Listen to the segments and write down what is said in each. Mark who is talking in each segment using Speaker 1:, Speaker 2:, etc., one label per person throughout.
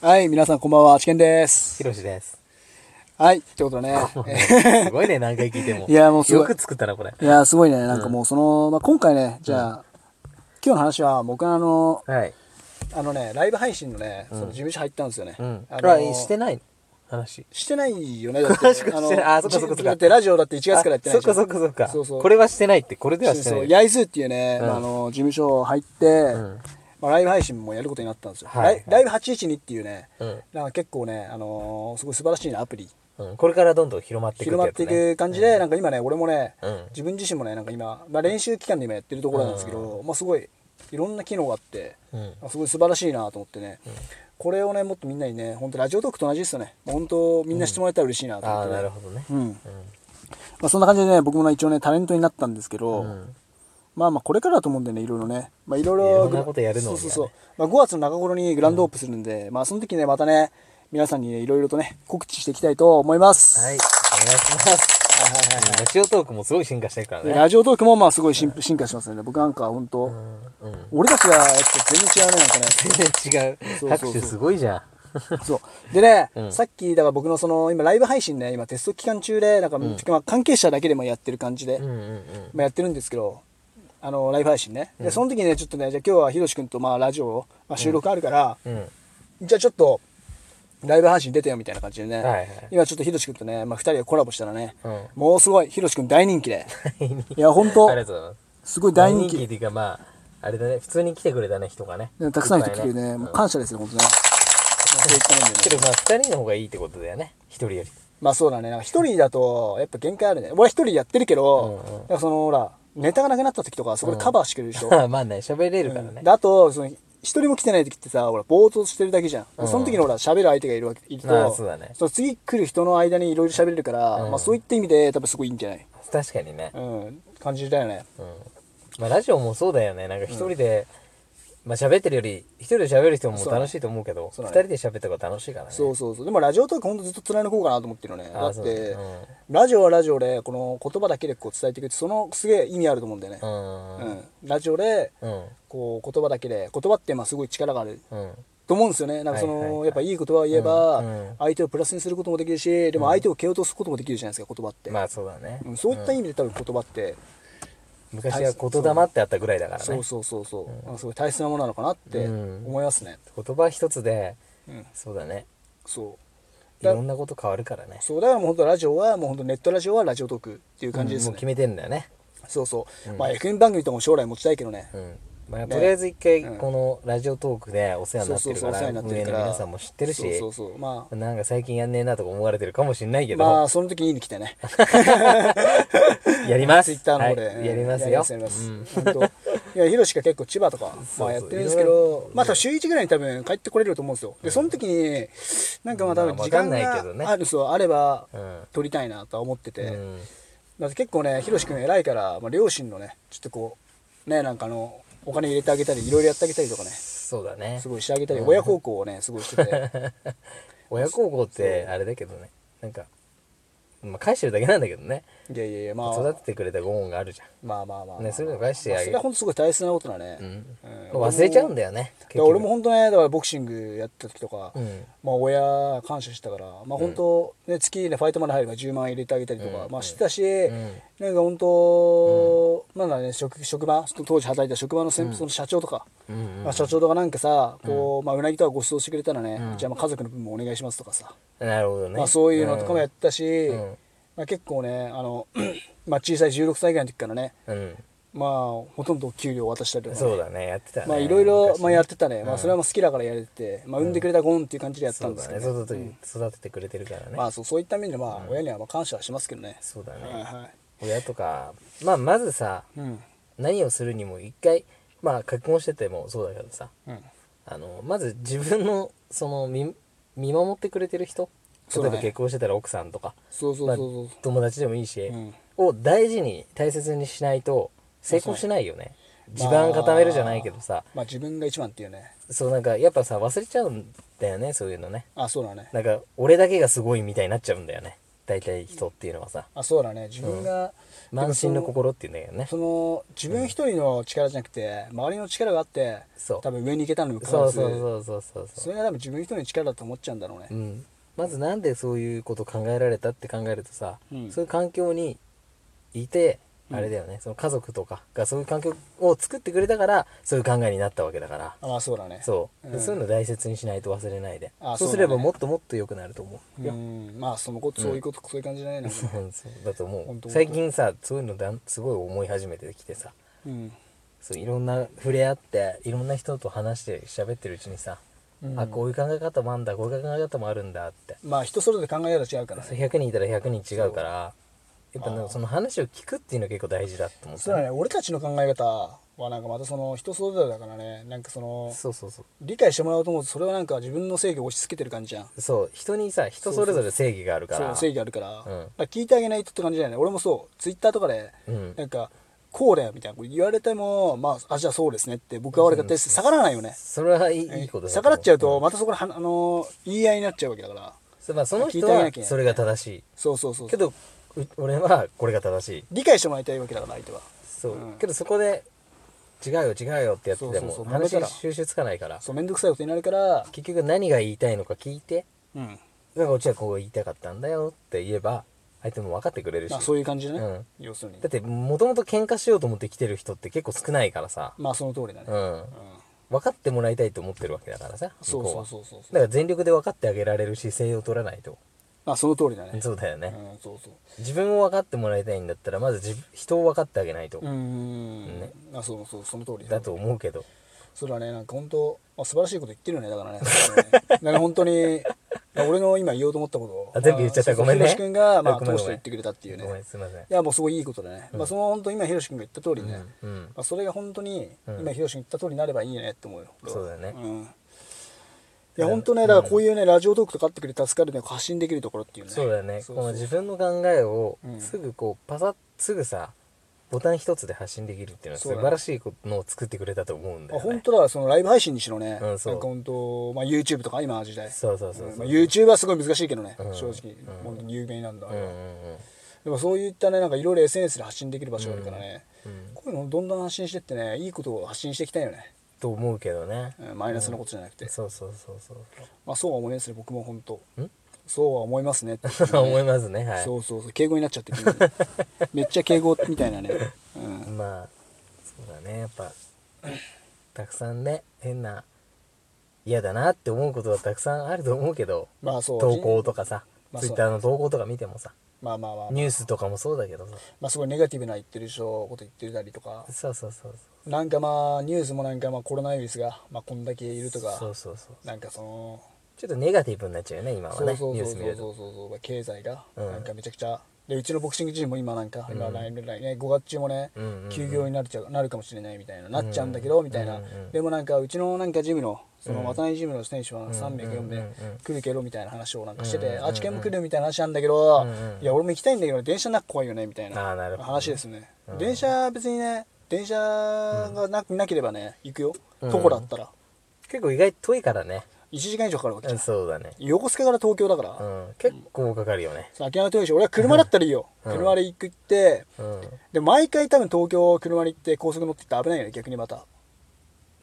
Speaker 1: はい、皆さんこんばんは、あちけんです
Speaker 2: ひ。ろしです。
Speaker 1: はい、ってことだ ね。
Speaker 2: すごいね、何回聞いても。
Speaker 1: いやもうすごい
Speaker 2: よく作ったな、これ。
Speaker 1: いやー、すごいね。なんかもう、その、まあ、今回ね、じゃあ、今日の話は、僕はあの、
Speaker 2: はい。
Speaker 1: あのね、ライブ配信のね、その事務所入ったんですよね。
Speaker 2: うん。
Speaker 1: あ
Speaker 2: あ
Speaker 1: のー
Speaker 2: してない話。
Speaker 1: してないよね、だって。
Speaker 2: 詳しくしてないあそっかそっかそっか
Speaker 1: だってラジオだって1月からやってない
Speaker 2: あそっかそっかそっか。
Speaker 1: そうそう
Speaker 2: これはしてないって、これではして
Speaker 1: そう、
Speaker 2: ない。
Speaker 1: ヤイズっていうね、
Speaker 2: うん
Speaker 1: まああの、事務所入って、
Speaker 2: ん
Speaker 1: まあ、ライブ配信もやることになったんですよ。
Speaker 2: はい
Speaker 1: ライライブ812っていうね、
Speaker 2: うん
Speaker 1: なんか結構ね、あのーすごい素晴らしいね、アプリ。
Speaker 2: うん。これからどんどん広まっていく
Speaker 1: 広まっていく感じで、なんか今ね、俺もね、
Speaker 2: うん
Speaker 1: 自分自身もね、なんか今、まあ、練習期間で今やってるところなんですけど、まあすごい、いろんな機能があって、
Speaker 2: うん
Speaker 1: あすごい素晴らしいなと思ってね、これをね、もっとみんなにね、本当ラジオトークと同じですよね。本当みんなしてもらえたら嬉しいなと思っ
Speaker 2: ああ、
Speaker 1: て、ね。
Speaker 2: なるほどね。
Speaker 1: うん。まあそんな感じでね、僕もね、一応ね、タレントになったんですけど、
Speaker 2: うん。
Speaker 1: まあまあこれからだと思うんでね、いろいろね。まあいろい
Speaker 2: い
Speaker 1: ろ。
Speaker 2: ろんなことやるのを
Speaker 1: そう
Speaker 2: ね
Speaker 1: そうそう。まあ5月の中頃にグランドオープンするんで、まあその時ね、またね、皆さんにね、いろいろとね、告知していきたいと思います。
Speaker 2: はい。お願いします。
Speaker 1: はいはいはいはい
Speaker 2: ラジオトークもすごい進化してるから
Speaker 1: で
Speaker 2: ね。
Speaker 1: ラジオトークもまあすごい進進化しますよね。僕なんか本当、
Speaker 2: うん。うん。
Speaker 1: 俺たちがやって全然違うね、なん かね。
Speaker 2: 全然違う
Speaker 1: そうそうそう。
Speaker 2: 拍手すごいじゃん。
Speaker 1: そう。でね、
Speaker 2: うん
Speaker 1: さっき、だから僕のその、今ライブ配信ね、今テスト期間中で、なんか、まあ関係者だけでもやってる感じで、
Speaker 2: うんうんうん。
Speaker 1: まあやってるんですけど、あの、ライブ配信ね。で、その時ね、ちょっとね、じゃあ今日はひろしくんとまあラジオを、まあ、収録あるから、
Speaker 2: うん。
Speaker 1: じゃあちょっと、ライブ配信出てよみたいな感じでね、
Speaker 2: はいはい
Speaker 1: 今ちょっとひろしくんとね、まあ二人でコラボしたらね、
Speaker 2: うん
Speaker 1: もうすごい、ひろしくん大人気 で、
Speaker 2: 大
Speaker 1: いや本当
Speaker 2: ありがとうございます。
Speaker 1: すごい大
Speaker 2: 大
Speaker 1: 人
Speaker 2: 人
Speaker 1: 気
Speaker 2: 気。っていうか、まあ、あれだね、普通に来てくれたね、人がね。
Speaker 1: ねたくさんの人来て
Speaker 2: いっぱい
Speaker 1: ね、
Speaker 2: うん
Speaker 1: もう感謝ですよ、本当ね。そういった面で
Speaker 2: け
Speaker 1: ね
Speaker 2: どまあ2人の方がいいってことだよね1人より
Speaker 1: まあそうだね、なんか一人だと、やっぱ限界あるね。俺一人やってるけど、
Speaker 2: うんうん
Speaker 1: なんかそのほら、ネタがなくなった時とか、そこでカバーしてくれる人。
Speaker 2: まあね喋れるから
Speaker 1: うん
Speaker 2: ね
Speaker 1: であと、その、一人も来てない時ってさ、ほら、ぼーっとしてるだけじゃん。
Speaker 2: うん
Speaker 1: その時にほら、喋る相手がいるわけ、いると、
Speaker 2: まあそうだね
Speaker 1: の次来る人の間にいろいろ喋れるから、
Speaker 2: うん
Speaker 1: まあそういった意味で、多分すごいいいんじゃない
Speaker 2: 確かにね
Speaker 1: うん、感じだよね。
Speaker 2: うんまあラジオもそうだよねなんか1人で、まあ喋ってるより1人で喋る人も楽しいと思うけど
Speaker 1: そう
Speaker 2: 2
Speaker 1: だね
Speaker 2: 人で喋った方が楽しいからね
Speaker 1: そうそうそう。でもラジオトークほんとずっと貫こうかなと思ってるのね。だ
Speaker 2: あ
Speaker 1: っ
Speaker 2: そうだね
Speaker 1: て、
Speaker 2: うん
Speaker 1: ラジオはラジオで、この言葉だけでこう伝えていくって、そのすげえ意味あると思うんだよね
Speaker 2: う。ん
Speaker 1: うん。ラジオで、
Speaker 2: うん
Speaker 1: こう言葉だけで、言葉ってまあすごい力がある
Speaker 2: うん
Speaker 1: と思うんですよね。なんかその、
Speaker 2: はいはいはい
Speaker 1: やっぱいい言葉を言えば、
Speaker 2: うんうん
Speaker 1: 相手をプラスにすることもできるし、でも相手を蹴落とすこともできるじゃないですか、言葉って。
Speaker 2: まあそうだね、
Speaker 1: うんそういった意味で多分言葉って、
Speaker 2: 昔は言霊ってあったぐらいだからね
Speaker 1: そうそうそうそう、なんかすごい大切なものなのかなって
Speaker 2: うん
Speaker 1: 思いますね。
Speaker 2: 言葉一つで
Speaker 1: うん
Speaker 2: そうだね
Speaker 1: そう。
Speaker 2: い
Speaker 1: だ
Speaker 2: ろんなこと変わるからね
Speaker 1: そうだからもう本当ラジオはもう本当ネットラジオはラジオトークっていう感じです
Speaker 2: も
Speaker 1: ね
Speaker 2: う、決めてんだよね
Speaker 1: そうそう、
Speaker 2: うん
Speaker 1: まあ FM 番組とかも将来持ちたいけどね、
Speaker 2: うんまあ、
Speaker 1: ね
Speaker 2: とりあえず一回
Speaker 1: うん
Speaker 2: このラジオトークでお世話
Speaker 1: そ
Speaker 2: にな
Speaker 1: う
Speaker 2: って
Speaker 1: そう
Speaker 2: る
Speaker 1: そう
Speaker 2: か
Speaker 1: お世話
Speaker 2: ら
Speaker 1: になって
Speaker 2: 運
Speaker 1: る
Speaker 2: 営
Speaker 1: か
Speaker 2: の
Speaker 1: ら
Speaker 2: 皆さんも知ってるし
Speaker 1: そうそうそうまあ
Speaker 2: なんか最近やんねえなとか思われてるかもしれないけど、
Speaker 1: まあその時にいいに来て ね
Speaker 2: やりま
Speaker 1: ツ
Speaker 2: す
Speaker 1: イッターの方で、
Speaker 2: はいやります
Speaker 1: や
Speaker 2: よ
Speaker 1: ります
Speaker 2: うん
Speaker 1: 本当いやヒロシが結構千葉とか
Speaker 2: そ
Speaker 1: ま
Speaker 2: う
Speaker 1: あやってるんですけど
Speaker 2: いろいろ
Speaker 1: まあ多分週1ぐらいに多分帰ってこれると思うんですよでその時になんかまあ多分時間
Speaker 2: まあわかんないけどね
Speaker 1: があるそうあれば
Speaker 2: うん
Speaker 1: 撮りたいなとは思ってて、
Speaker 2: うん
Speaker 1: だって結構ねヒロシ君偉いから、まあ、両親のねちょっとこうねなんかあのお金入れてあげたりいろいろやってあげたりとかね
Speaker 2: そうだね
Speaker 1: すごいしてあげたり親孝行をねすごいして て
Speaker 2: 親孝行ってあれだけどねなんか、まあ、返してるだけなんだけどね
Speaker 1: いやいやいやまあ
Speaker 2: 育ててくれたご恩があるじゃん
Speaker 1: まあまあまあまあ、
Speaker 2: ねそういうの返してあげる
Speaker 1: まあそれは本当すごい大切なことだね、
Speaker 2: うん
Speaker 1: うん
Speaker 2: 忘れちゃうんだよね
Speaker 1: だから俺も本当ねだからボクシングやってた時とか、
Speaker 2: うん
Speaker 1: まあ親感謝してたからまあ本当、ね月ねファイトマネー入るから10万円入れてあげたりとか、
Speaker 2: うん
Speaker 1: まあしてたし、
Speaker 2: ん
Speaker 1: なんか本当、なんだね職職場その当時働いた職場の先、その社長とか、
Speaker 2: うんうん
Speaker 1: まあ、社長とかなんかさこう、まあ、うなぎとかご馳走してくれたらね、
Speaker 2: うん
Speaker 1: じゃあまあ家族の分もお願いしますとかさ、
Speaker 2: なるほどね、
Speaker 1: まあ、そういうのとかもやったし、
Speaker 2: ん
Speaker 1: まあ、結構ねあの まあ小さい16歳ぐらいの時からね
Speaker 2: うん、
Speaker 1: まあほとんど給料を渡したりとかね、
Speaker 2: そうだねやってたね
Speaker 1: まあいろいろ
Speaker 2: 昔ね
Speaker 1: まあやってたね、まあそれはもう好きだからやれてて、まあ産んでくれたゴンっていう感じでやってた
Speaker 2: そ
Speaker 1: ん
Speaker 2: う
Speaker 1: です
Speaker 2: だ
Speaker 1: けど
Speaker 2: ね
Speaker 1: ね、
Speaker 2: そうだね育ててくれてるからね、
Speaker 1: まあそうそういった面でまあ親にはまあ感謝はしますけどね、
Speaker 2: そうだね、
Speaker 1: はいはい
Speaker 2: 親とかまあまずさ
Speaker 1: うん
Speaker 2: 何をするにも一回まあ結婚しててもそうだけどさ
Speaker 1: うん
Speaker 2: あのまず自分のその見見守ってくれてる人
Speaker 1: そう
Speaker 2: 例え
Speaker 1: だね
Speaker 2: ば結婚してたら奥さんとか、
Speaker 1: そうそうそうそう、
Speaker 2: まあ友達でもいいし、
Speaker 1: うん
Speaker 2: を大事に大切にしないと成功しないよね地盤固めるじゃないけどさ、
Speaker 1: まあ自分が一番っていうね
Speaker 2: そうなんかやっぱさ忘れちゃうんだよねそういうのね
Speaker 1: あそうだね
Speaker 2: なんか俺だけがすごいみたいになっちゃうんだよね大体人っていうのはさ
Speaker 1: あそうだね自分が、
Speaker 2: 満身の心っていうんだけどね
Speaker 1: その自分一人の力じゃなくて、周りの力があって
Speaker 2: そう
Speaker 1: 多分上に行けたのにもかかわ
Speaker 2: そ
Speaker 1: ら
Speaker 2: う
Speaker 1: ず
Speaker 2: そうそうそうそう
Speaker 1: それが多分自分一人の力だと思っちゃうんだろうね、
Speaker 2: うん、まずなんでそういうこと考えられたって考えるとさ、
Speaker 1: うん
Speaker 2: そういう環境にいて
Speaker 1: うん
Speaker 2: あれだよね、その家族とかがそういう環境を作ってくれたからそういう考えになったわけだから
Speaker 1: あまあそうだね
Speaker 2: そう、
Speaker 1: うん
Speaker 2: そういうの大切にしないと忘れないで
Speaker 1: あ
Speaker 2: そう
Speaker 1: そ
Speaker 2: す
Speaker 1: うだね
Speaker 2: ればもっともっと良くなると思 う、よ
Speaker 1: んまあそのことそういうこと、そういう感じじゃないの、
Speaker 2: そうそうだと思
Speaker 1: 本当
Speaker 2: う最近さそういうのだんすごい思い始めてきてさ
Speaker 1: うん
Speaker 2: そういろんな触れ合っていろんな人と話して喋ってるうちにさ、
Speaker 1: うん
Speaker 2: あこういう考え方もあるんだこういう考え方もあるんだって
Speaker 1: まあ人それぞれ考え方違うからね
Speaker 2: そう100人いたら100人違うからやっぱ
Speaker 1: あ
Speaker 2: ね
Speaker 1: ー
Speaker 2: その話を聞くっていうのが結構大事だと思って
Speaker 1: そうだね俺たちの考え方はなんかまたその人それぞれだからねなんかその
Speaker 2: そうそうそう
Speaker 1: 理解してもらおうと思うとそれはなんか自分の正義を押し付けてる感じじゃん
Speaker 2: そう人にさ人それぞれ正義があるか
Speaker 1: そう
Speaker 2: ら
Speaker 1: 正義あるから,、
Speaker 2: ん
Speaker 1: 聞いてあげないとって感じだよね俺もそうツイッターとかで
Speaker 2: うん
Speaker 1: なんかこうだよみたいなこと言われてもまああじゃあそうですねって僕が悪かったです下がらないよね
Speaker 2: それはいいいいことだ
Speaker 1: 逆らっちゃうと
Speaker 2: ま
Speaker 1: またそこではあの言い合いになっちゃうわけだから
Speaker 2: まあ、その人
Speaker 1: 聞いてあげ
Speaker 2: は
Speaker 1: なきゃいけない
Speaker 2: それが正しい
Speaker 1: そうそうそう
Speaker 2: けどう俺はこれが正しい
Speaker 1: 理解してもらいたいわけだから相手は
Speaker 2: そう、
Speaker 1: うん
Speaker 2: けどそこで違うよ違うよってやってて
Speaker 1: そう
Speaker 2: も
Speaker 1: そうそう
Speaker 2: 話
Speaker 1: 揉めたら
Speaker 2: が収集つかないから
Speaker 1: そう面倒くさいことになるから
Speaker 2: 結局何が言いたいのか聞いて
Speaker 1: うん
Speaker 2: なんかうちはこう言いたかったんだよって言えば相手も分かってくれるし
Speaker 1: まあそういう感じだね、
Speaker 2: うん
Speaker 1: 要するに
Speaker 2: だってもともと喧嘩しようと思って来てる人って結構少ないからさ、
Speaker 1: まあその通りだね、
Speaker 2: う
Speaker 1: うん
Speaker 2: ん、分かってもらいたいと思ってるわけだからさ
Speaker 1: そうそうそううそう
Speaker 2: だから全力で分かってあげられる姿勢を取らないと
Speaker 1: まあその通りだね
Speaker 2: そうだよね、
Speaker 1: うん、そうそう
Speaker 2: 自分を分かってもらいたいんだったらまず自分人を分かってあげないと、
Speaker 1: うーん、
Speaker 2: ね
Speaker 1: あそうそうその通り
Speaker 2: だと思うけど
Speaker 1: それはねなんか本当、まあ、素晴らしいこと言ってるよねだからね だから本当にまあ俺の今言おうと思ったことを
Speaker 2: あ全部言っちゃった
Speaker 1: まあ
Speaker 2: ごめん
Speaker 1: そ
Speaker 2: ね
Speaker 1: うそうひろし君が、まあ、
Speaker 2: ご
Speaker 1: 通
Speaker 2: めんごめん
Speaker 1: して言ってくれたっていうね
Speaker 2: ごめんすいません
Speaker 1: いやもうすごいいいことだね、まあその本当今ひろし君が言った通りね、
Speaker 2: うんうん
Speaker 1: まあ、それが本当に
Speaker 2: うん
Speaker 1: 今ひろし君言った通りになればいいねって思うよ、俺は
Speaker 2: そうだよね
Speaker 1: んいや本当ねだからこういうね、ラジオトークとかあってくれて助かるね発信できるところっていうね
Speaker 2: そうだよね
Speaker 1: そう
Speaker 2: こ
Speaker 1: そ
Speaker 2: の
Speaker 1: う
Speaker 2: 自分の考えを
Speaker 1: うん
Speaker 2: すぐこうパサッすぐさボタン一つで発信できるっていうのは素
Speaker 1: そうだね
Speaker 2: 晴らしいのを作ってくれたと思うんだ
Speaker 1: あ
Speaker 2: よね
Speaker 1: 本当だそのライブ配信にしろね、
Speaker 2: うんそう
Speaker 1: なんか本当、まあ、YouTube とか今の時代
Speaker 2: そうそうそうそう、
Speaker 1: んまあ、YouTube はすごい難しいけどね、
Speaker 2: うん
Speaker 1: 正直、
Speaker 2: うん
Speaker 1: 本当に有名なんだ、
Speaker 2: うんうんうん
Speaker 1: でもそういったねなんかいろいろ SNS で発信できる場所があるからね、
Speaker 2: うん
Speaker 1: こういうのをどんどん発信してってねいいことを発信していきたいよね、
Speaker 2: と思うけどね、
Speaker 1: うんマイナスなことじゃなくて、
Speaker 2: そうそうそうそう
Speaker 1: まあ、そうは思いますね僕も本当
Speaker 2: ん
Speaker 1: そうは思いますね って、
Speaker 2: そう思いますねはい
Speaker 1: そうそうそう敬語になっちゃって 急にめっちゃ敬語みたいなね、うん、
Speaker 2: まあそうだねやっぱたくさんね変な嫌だなって思うことはたくさんあると思うけど
Speaker 1: まあそう
Speaker 2: 投稿とかさ、
Speaker 1: まあそう
Speaker 2: Twitter の投稿とか見てもさ
Speaker 1: まあまあまあ、
Speaker 2: ニュースとかもそうだけどさ
Speaker 1: まあ、すごいネガティブな言ってる人こと言ってたりとか
Speaker 2: そうそうそう
Speaker 1: なんかまあニュースもなんかまあコロナウイルスが、まあ、こんだけいると
Speaker 2: そう
Speaker 1: か
Speaker 2: そうそうそう
Speaker 1: なんかその
Speaker 2: ちょっとネガティブになっちゃうよね今は
Speaker 1: そう
Speaker 2: ね
Speaker 1: そう
Speaker 2: ニ
Speaker 1: そ
Speaker 2: ュ
Speaker 1: う
Speaker 2: ー
Speaker 1: そう
Speaker 2: ス見
Speaker 1: そう
Speaker 2: る
Speaker 1: そ
Speaker 2: と
Speaker 1: うそう経済が
Speaker 2: うん
Speaker 1: なんかめちゃくちゃ、でうちのボクシングチームも今なんか、今
Speaker 2: うん
Speaker 1: 来年来年5月中もね、
Speaker 2: うんうんうん
Speaker 1: 休業になっちゃうなるかもしれないみたいななっちゃうんだけど、みたいな、
Speaker 2: うんうん
Speaker 1: でもなんかうちのなんかジムのその
Speaker 2: うん
Speaker 1: 渡辺ジムの選手は3名
Speaker 2: う
Speaker 1: 4
Speaker 2: んうんうんう
Speaker 1: 名
Speaker 2: ん
Speaker 1: 来るけどみたいな話をなんかしてて、
Speaker 2: うんうんうん
Speaker 1: あっちも来るみたいな話なんだけど、
Speaker 2: うんうん
Speaker 1: いや俺も行きたいんだけど電車なく怖いよねみたいな
Speaker 2: あーなるほどね
Speaker 1: 話ですね、
Speaker 2: うん
Speaker 1: 電車別にね電車がな,、なければね行くよ、
Speaker 2: うん
Speaker 1: とこだったら
Speaker 2: 結構意外と遠いからね
Speaker 1: 1時間以上かかるわけじゃん、
Speaker 2: そうだね
Speaker 1: 横須賀から東京だから、
Speaker 2: うん結構かかるよね
Speaker 1: そう秋山遠いし俺は車だったらいいよ、
Speaker 2: うん
Speaker 1: 車で行く行って
Speaker 2: うん
Speaker 1: で毎回多分東京車で行って高速乗ってって危ないよね逆にまた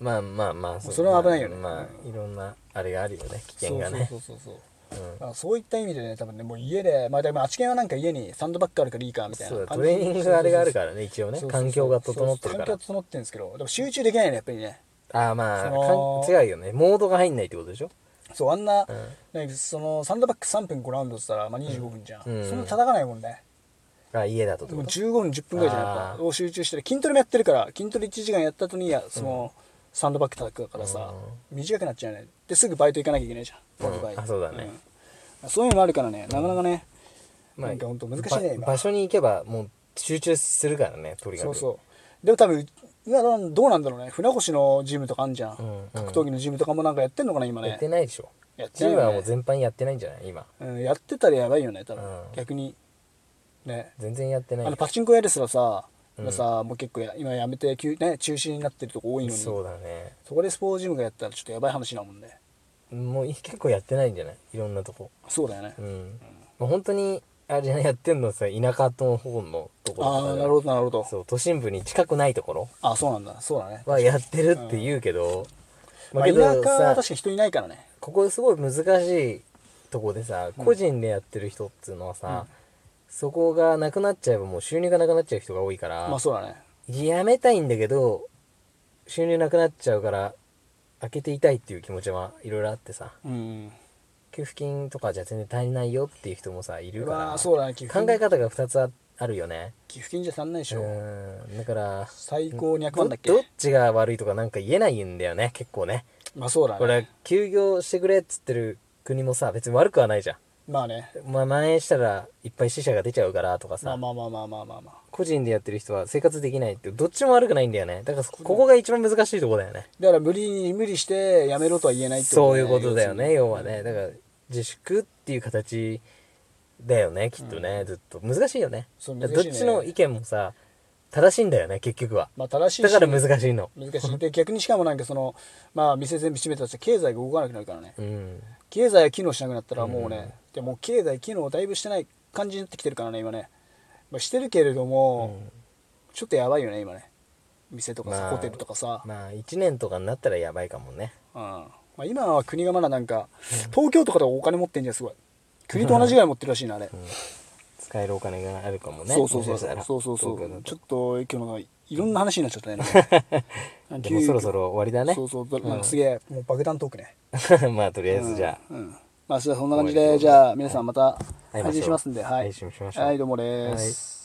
Speaker 2: まあまあまあう
Speaker 1: それは危ないよね
Speaker 2: まあいろんなあれがあるよね危
Speaker 1: そ
Speaker 2: 険
Speaker 1: う
Speaker 2: がね
Speaker 1: そうそうそうそう
Speaker 2: うん
Speaker 1: だからそういった意味でね多分ねもう家でまあでもあちけんはなんか家にサンドバッグあるからいいかみたい
Speaker 2: そう
Speaker 1: な
Speaker 2: だ
Speaker 1: 感
Speaker 2: ト
Speaker 1: じ
Speaker 2: レーニングあれがあるからね一応ね
Speaker 1: そうそうそう
Speaker 2: 環境が整ってるか
Speaker 1: そう環境
Speaker 2: ら
Speaker 1: は整ってるんですけどでも集中できないねやっぱりね
Speaker 2: ああまあ
Speaker 1: その
Speaker 2: かん違うよねモードが入んないってことでしょ
Speaker 1: そうあんな、
Speaker 2: うん
Speaker 1: ねそのサンドバッグ3分5ラウンドって言ったら、まあ、25分じゃん、
Speaker 2: うん
Speaker 1: そんな叩かないもんね
Speaker 2: あ家だとって
Speaker 1: でも
Speaker 2: こと
Speaker 1: 15分10分ぐらいじゃないや
Speaker 2: あ
Speaker 1: っ
Speaker 2: ー
Speaker 1: ぱを集中してる筋トレもやってるから筋トレ1時間やった後にやその、サンドバッグ叩くからさ、短くなっちゃうねですぐバイト行かなきゃいけないじゃん
Speaker 2: うん
Speaker 1: バイトバイト
Speaker 2: あそうだね
Speaker 1: うんそういうのもあるからねなかなかね、
Speaker 2: まあ
Speaker 1: なんか本当難しいね
Speaker 2: ば
Speaker 1: 今
Speaker 2: 場所に行けばもう集中するからねとにかく
Speaker 1: そうそうでも多分今どうなんだろうね船越のジムとかあんじゃん、
Speaker 2: うんうん
Speaker 1: 格闘技のジムとかもなんかやってんのかな今ね
Speaker 2: やってないでしょ
Speaker 1: やって
Speaker 2: チ
Speaker 1: ない
Speaker 2: ー
Speaker 1: よね
Speaker 2: ムはもう全般やってないんじゃない今
Speaker 1: うん、やってたらやばいよね多分、
Speaker 2: うん
Speaker 1: 逆にね
Speaker 2: 全然やってない
Speaker 1: あのパチンコ屋ですらさ、今さもう結構や今やめて休、ね、中止になってるとこ多いのに
Speaker 2: そ
Speaker 1: そう
Speaker 2: だね
Speaker 1: こでスポーツジムがやったらちょっとやばい話だもんね
Speaker 2: もうい結構やってないんじゃないいろんなとこ
Speaker 1: そうだよね
Speaker 2: う、ん、もう本当にあれじゃないやってんのさ田舎の方のところ
Speaker 1: ああなるほどなるほど
Speaker 2: そう都心部に近くないところ
Speaker 1: あそうなんだそうだね
Speaker 2: はやってるって言うけど、
Speaker 1: まあ
Speaker 2: け
Speaker 1: 田
Speaker 2: ど
Speaker 1: 舎は
Speaker 2: さ
Speaker 1: 確かに人いないからね
Speaker 2: ここすごい難しいとこでさ個人でやってる人っつうのはさ、そこがなくなっちゃえばもう収入がなくなっちゃう人が多いから、
Speaker 1: まあそうだね
Speaker 2: やめたいんだけど収入なくなっちゃうから開けていたいっていう気持ちはいろいろあってさ
Speaker 1: うん
Speaker 2: 給付金とかじゃ全然足りないよっていう人もさいる
Speaker 1: う
Speaker 2: か
Speaker 1: わー
Speaker 2: ら
Speaker 1: そう
Speaker 2: 考
Speaker 1: だね寄付金
Speaker 2: え方が2つああるよね
Speaker 1: 寄付金じゃ足んないでし
Speaker 2: う
Speaker 1: ょ、
Speaker 2: んだから
Speaker 1: 最高200
Speaker 2: ど
Speaker 1: 万
Speaker 2: ど
Speaker 1: だ
Speaker 2: っ
Speaker 1: っけ
Speaker 2: ちが悪いとかなんか言えないんだよね結構ね
Speaker 1: まあそうだ
Speaker 2: こ
Speaker 1: ね
Speaker 2: れ休業してくれっつってる国もさ別に悪くはないじゃん
Speaker 1: まあね
Speaker 2: まあ、蔓延したらいっぱい死者が出ちゃうからとかさ、
Speaker 1: まあまあまあまあまあまあまあ
Speaker 2: 個人でやってる人は生活できないってどっちも悪くないんだよねだからそこここが一番難しいとこだよね
Speaker 1: だから無理に無理してやめろとは言えないって
Speaker 2: そういうことだよね
Speaker 1: 要
Speaker 2: 要はねだから自粛っていう形だよねきっとね、ずっと難しいよね
Speaker 1: そう
Speaker 2: だ
Speaker 1: 難しいね
Speaker 2: からどっちの意見もさ正しいんだよね結局は
Speaker 1: するにまあ正しい
Speaker 2: だ
Speaker 1: し
Speaker 2: から難しいの
Speaker 1: 難しいで逆にしかもなんかそのまあ店全部閉めたとして経済が動かなくなるからね
Speaker 2: うん
Speaker 1: 経済が機能しなくなったらもうね、でもう経済機能だいぶしてない感じになってきてるからね今ね、まあ、してるけれども、ちょっとやばいよね今ね店とかさ、
Speaker 2: まあ
Speaker 1: ホテルとかさ、
Speaker 2: まあ1年とかになったらやばいかもね
Speaker 1: うんまあ、今は国がまだなんか、東京とかでお金持ってんじゃんすごい国と同じぐらい持ってるらしいなあれ、
Speaker 2: 使えるお金があるかもね
Speaker 1: そうそうそう
Speaker 2: もしかしたら
Speaker 1: そうそうそ
Speaker 2: 東京だ
Speaker 1: う
Speaker 2: と
Speaker 1: ちょっと今日のいろんな話になっちゃったねなんか
Speaker 2: でもそろそろ終わりだね
Speaker 1: そうそうなんかすげえ、もう爆弾トークね
Speaker 2: まあとりあえずじゃあ、
Speaker 1: うんまあそそんな感じ
Speaker 2: 終わ
Speaker 1: で
Speaker 2: り
Speaker 1: じゃあ皆さんまた
Speaker 2: 会いましょう
Speaker 1: 配信しますんではい
Speaker 2: 配信しましょう
Speaker 1: はいどうもです、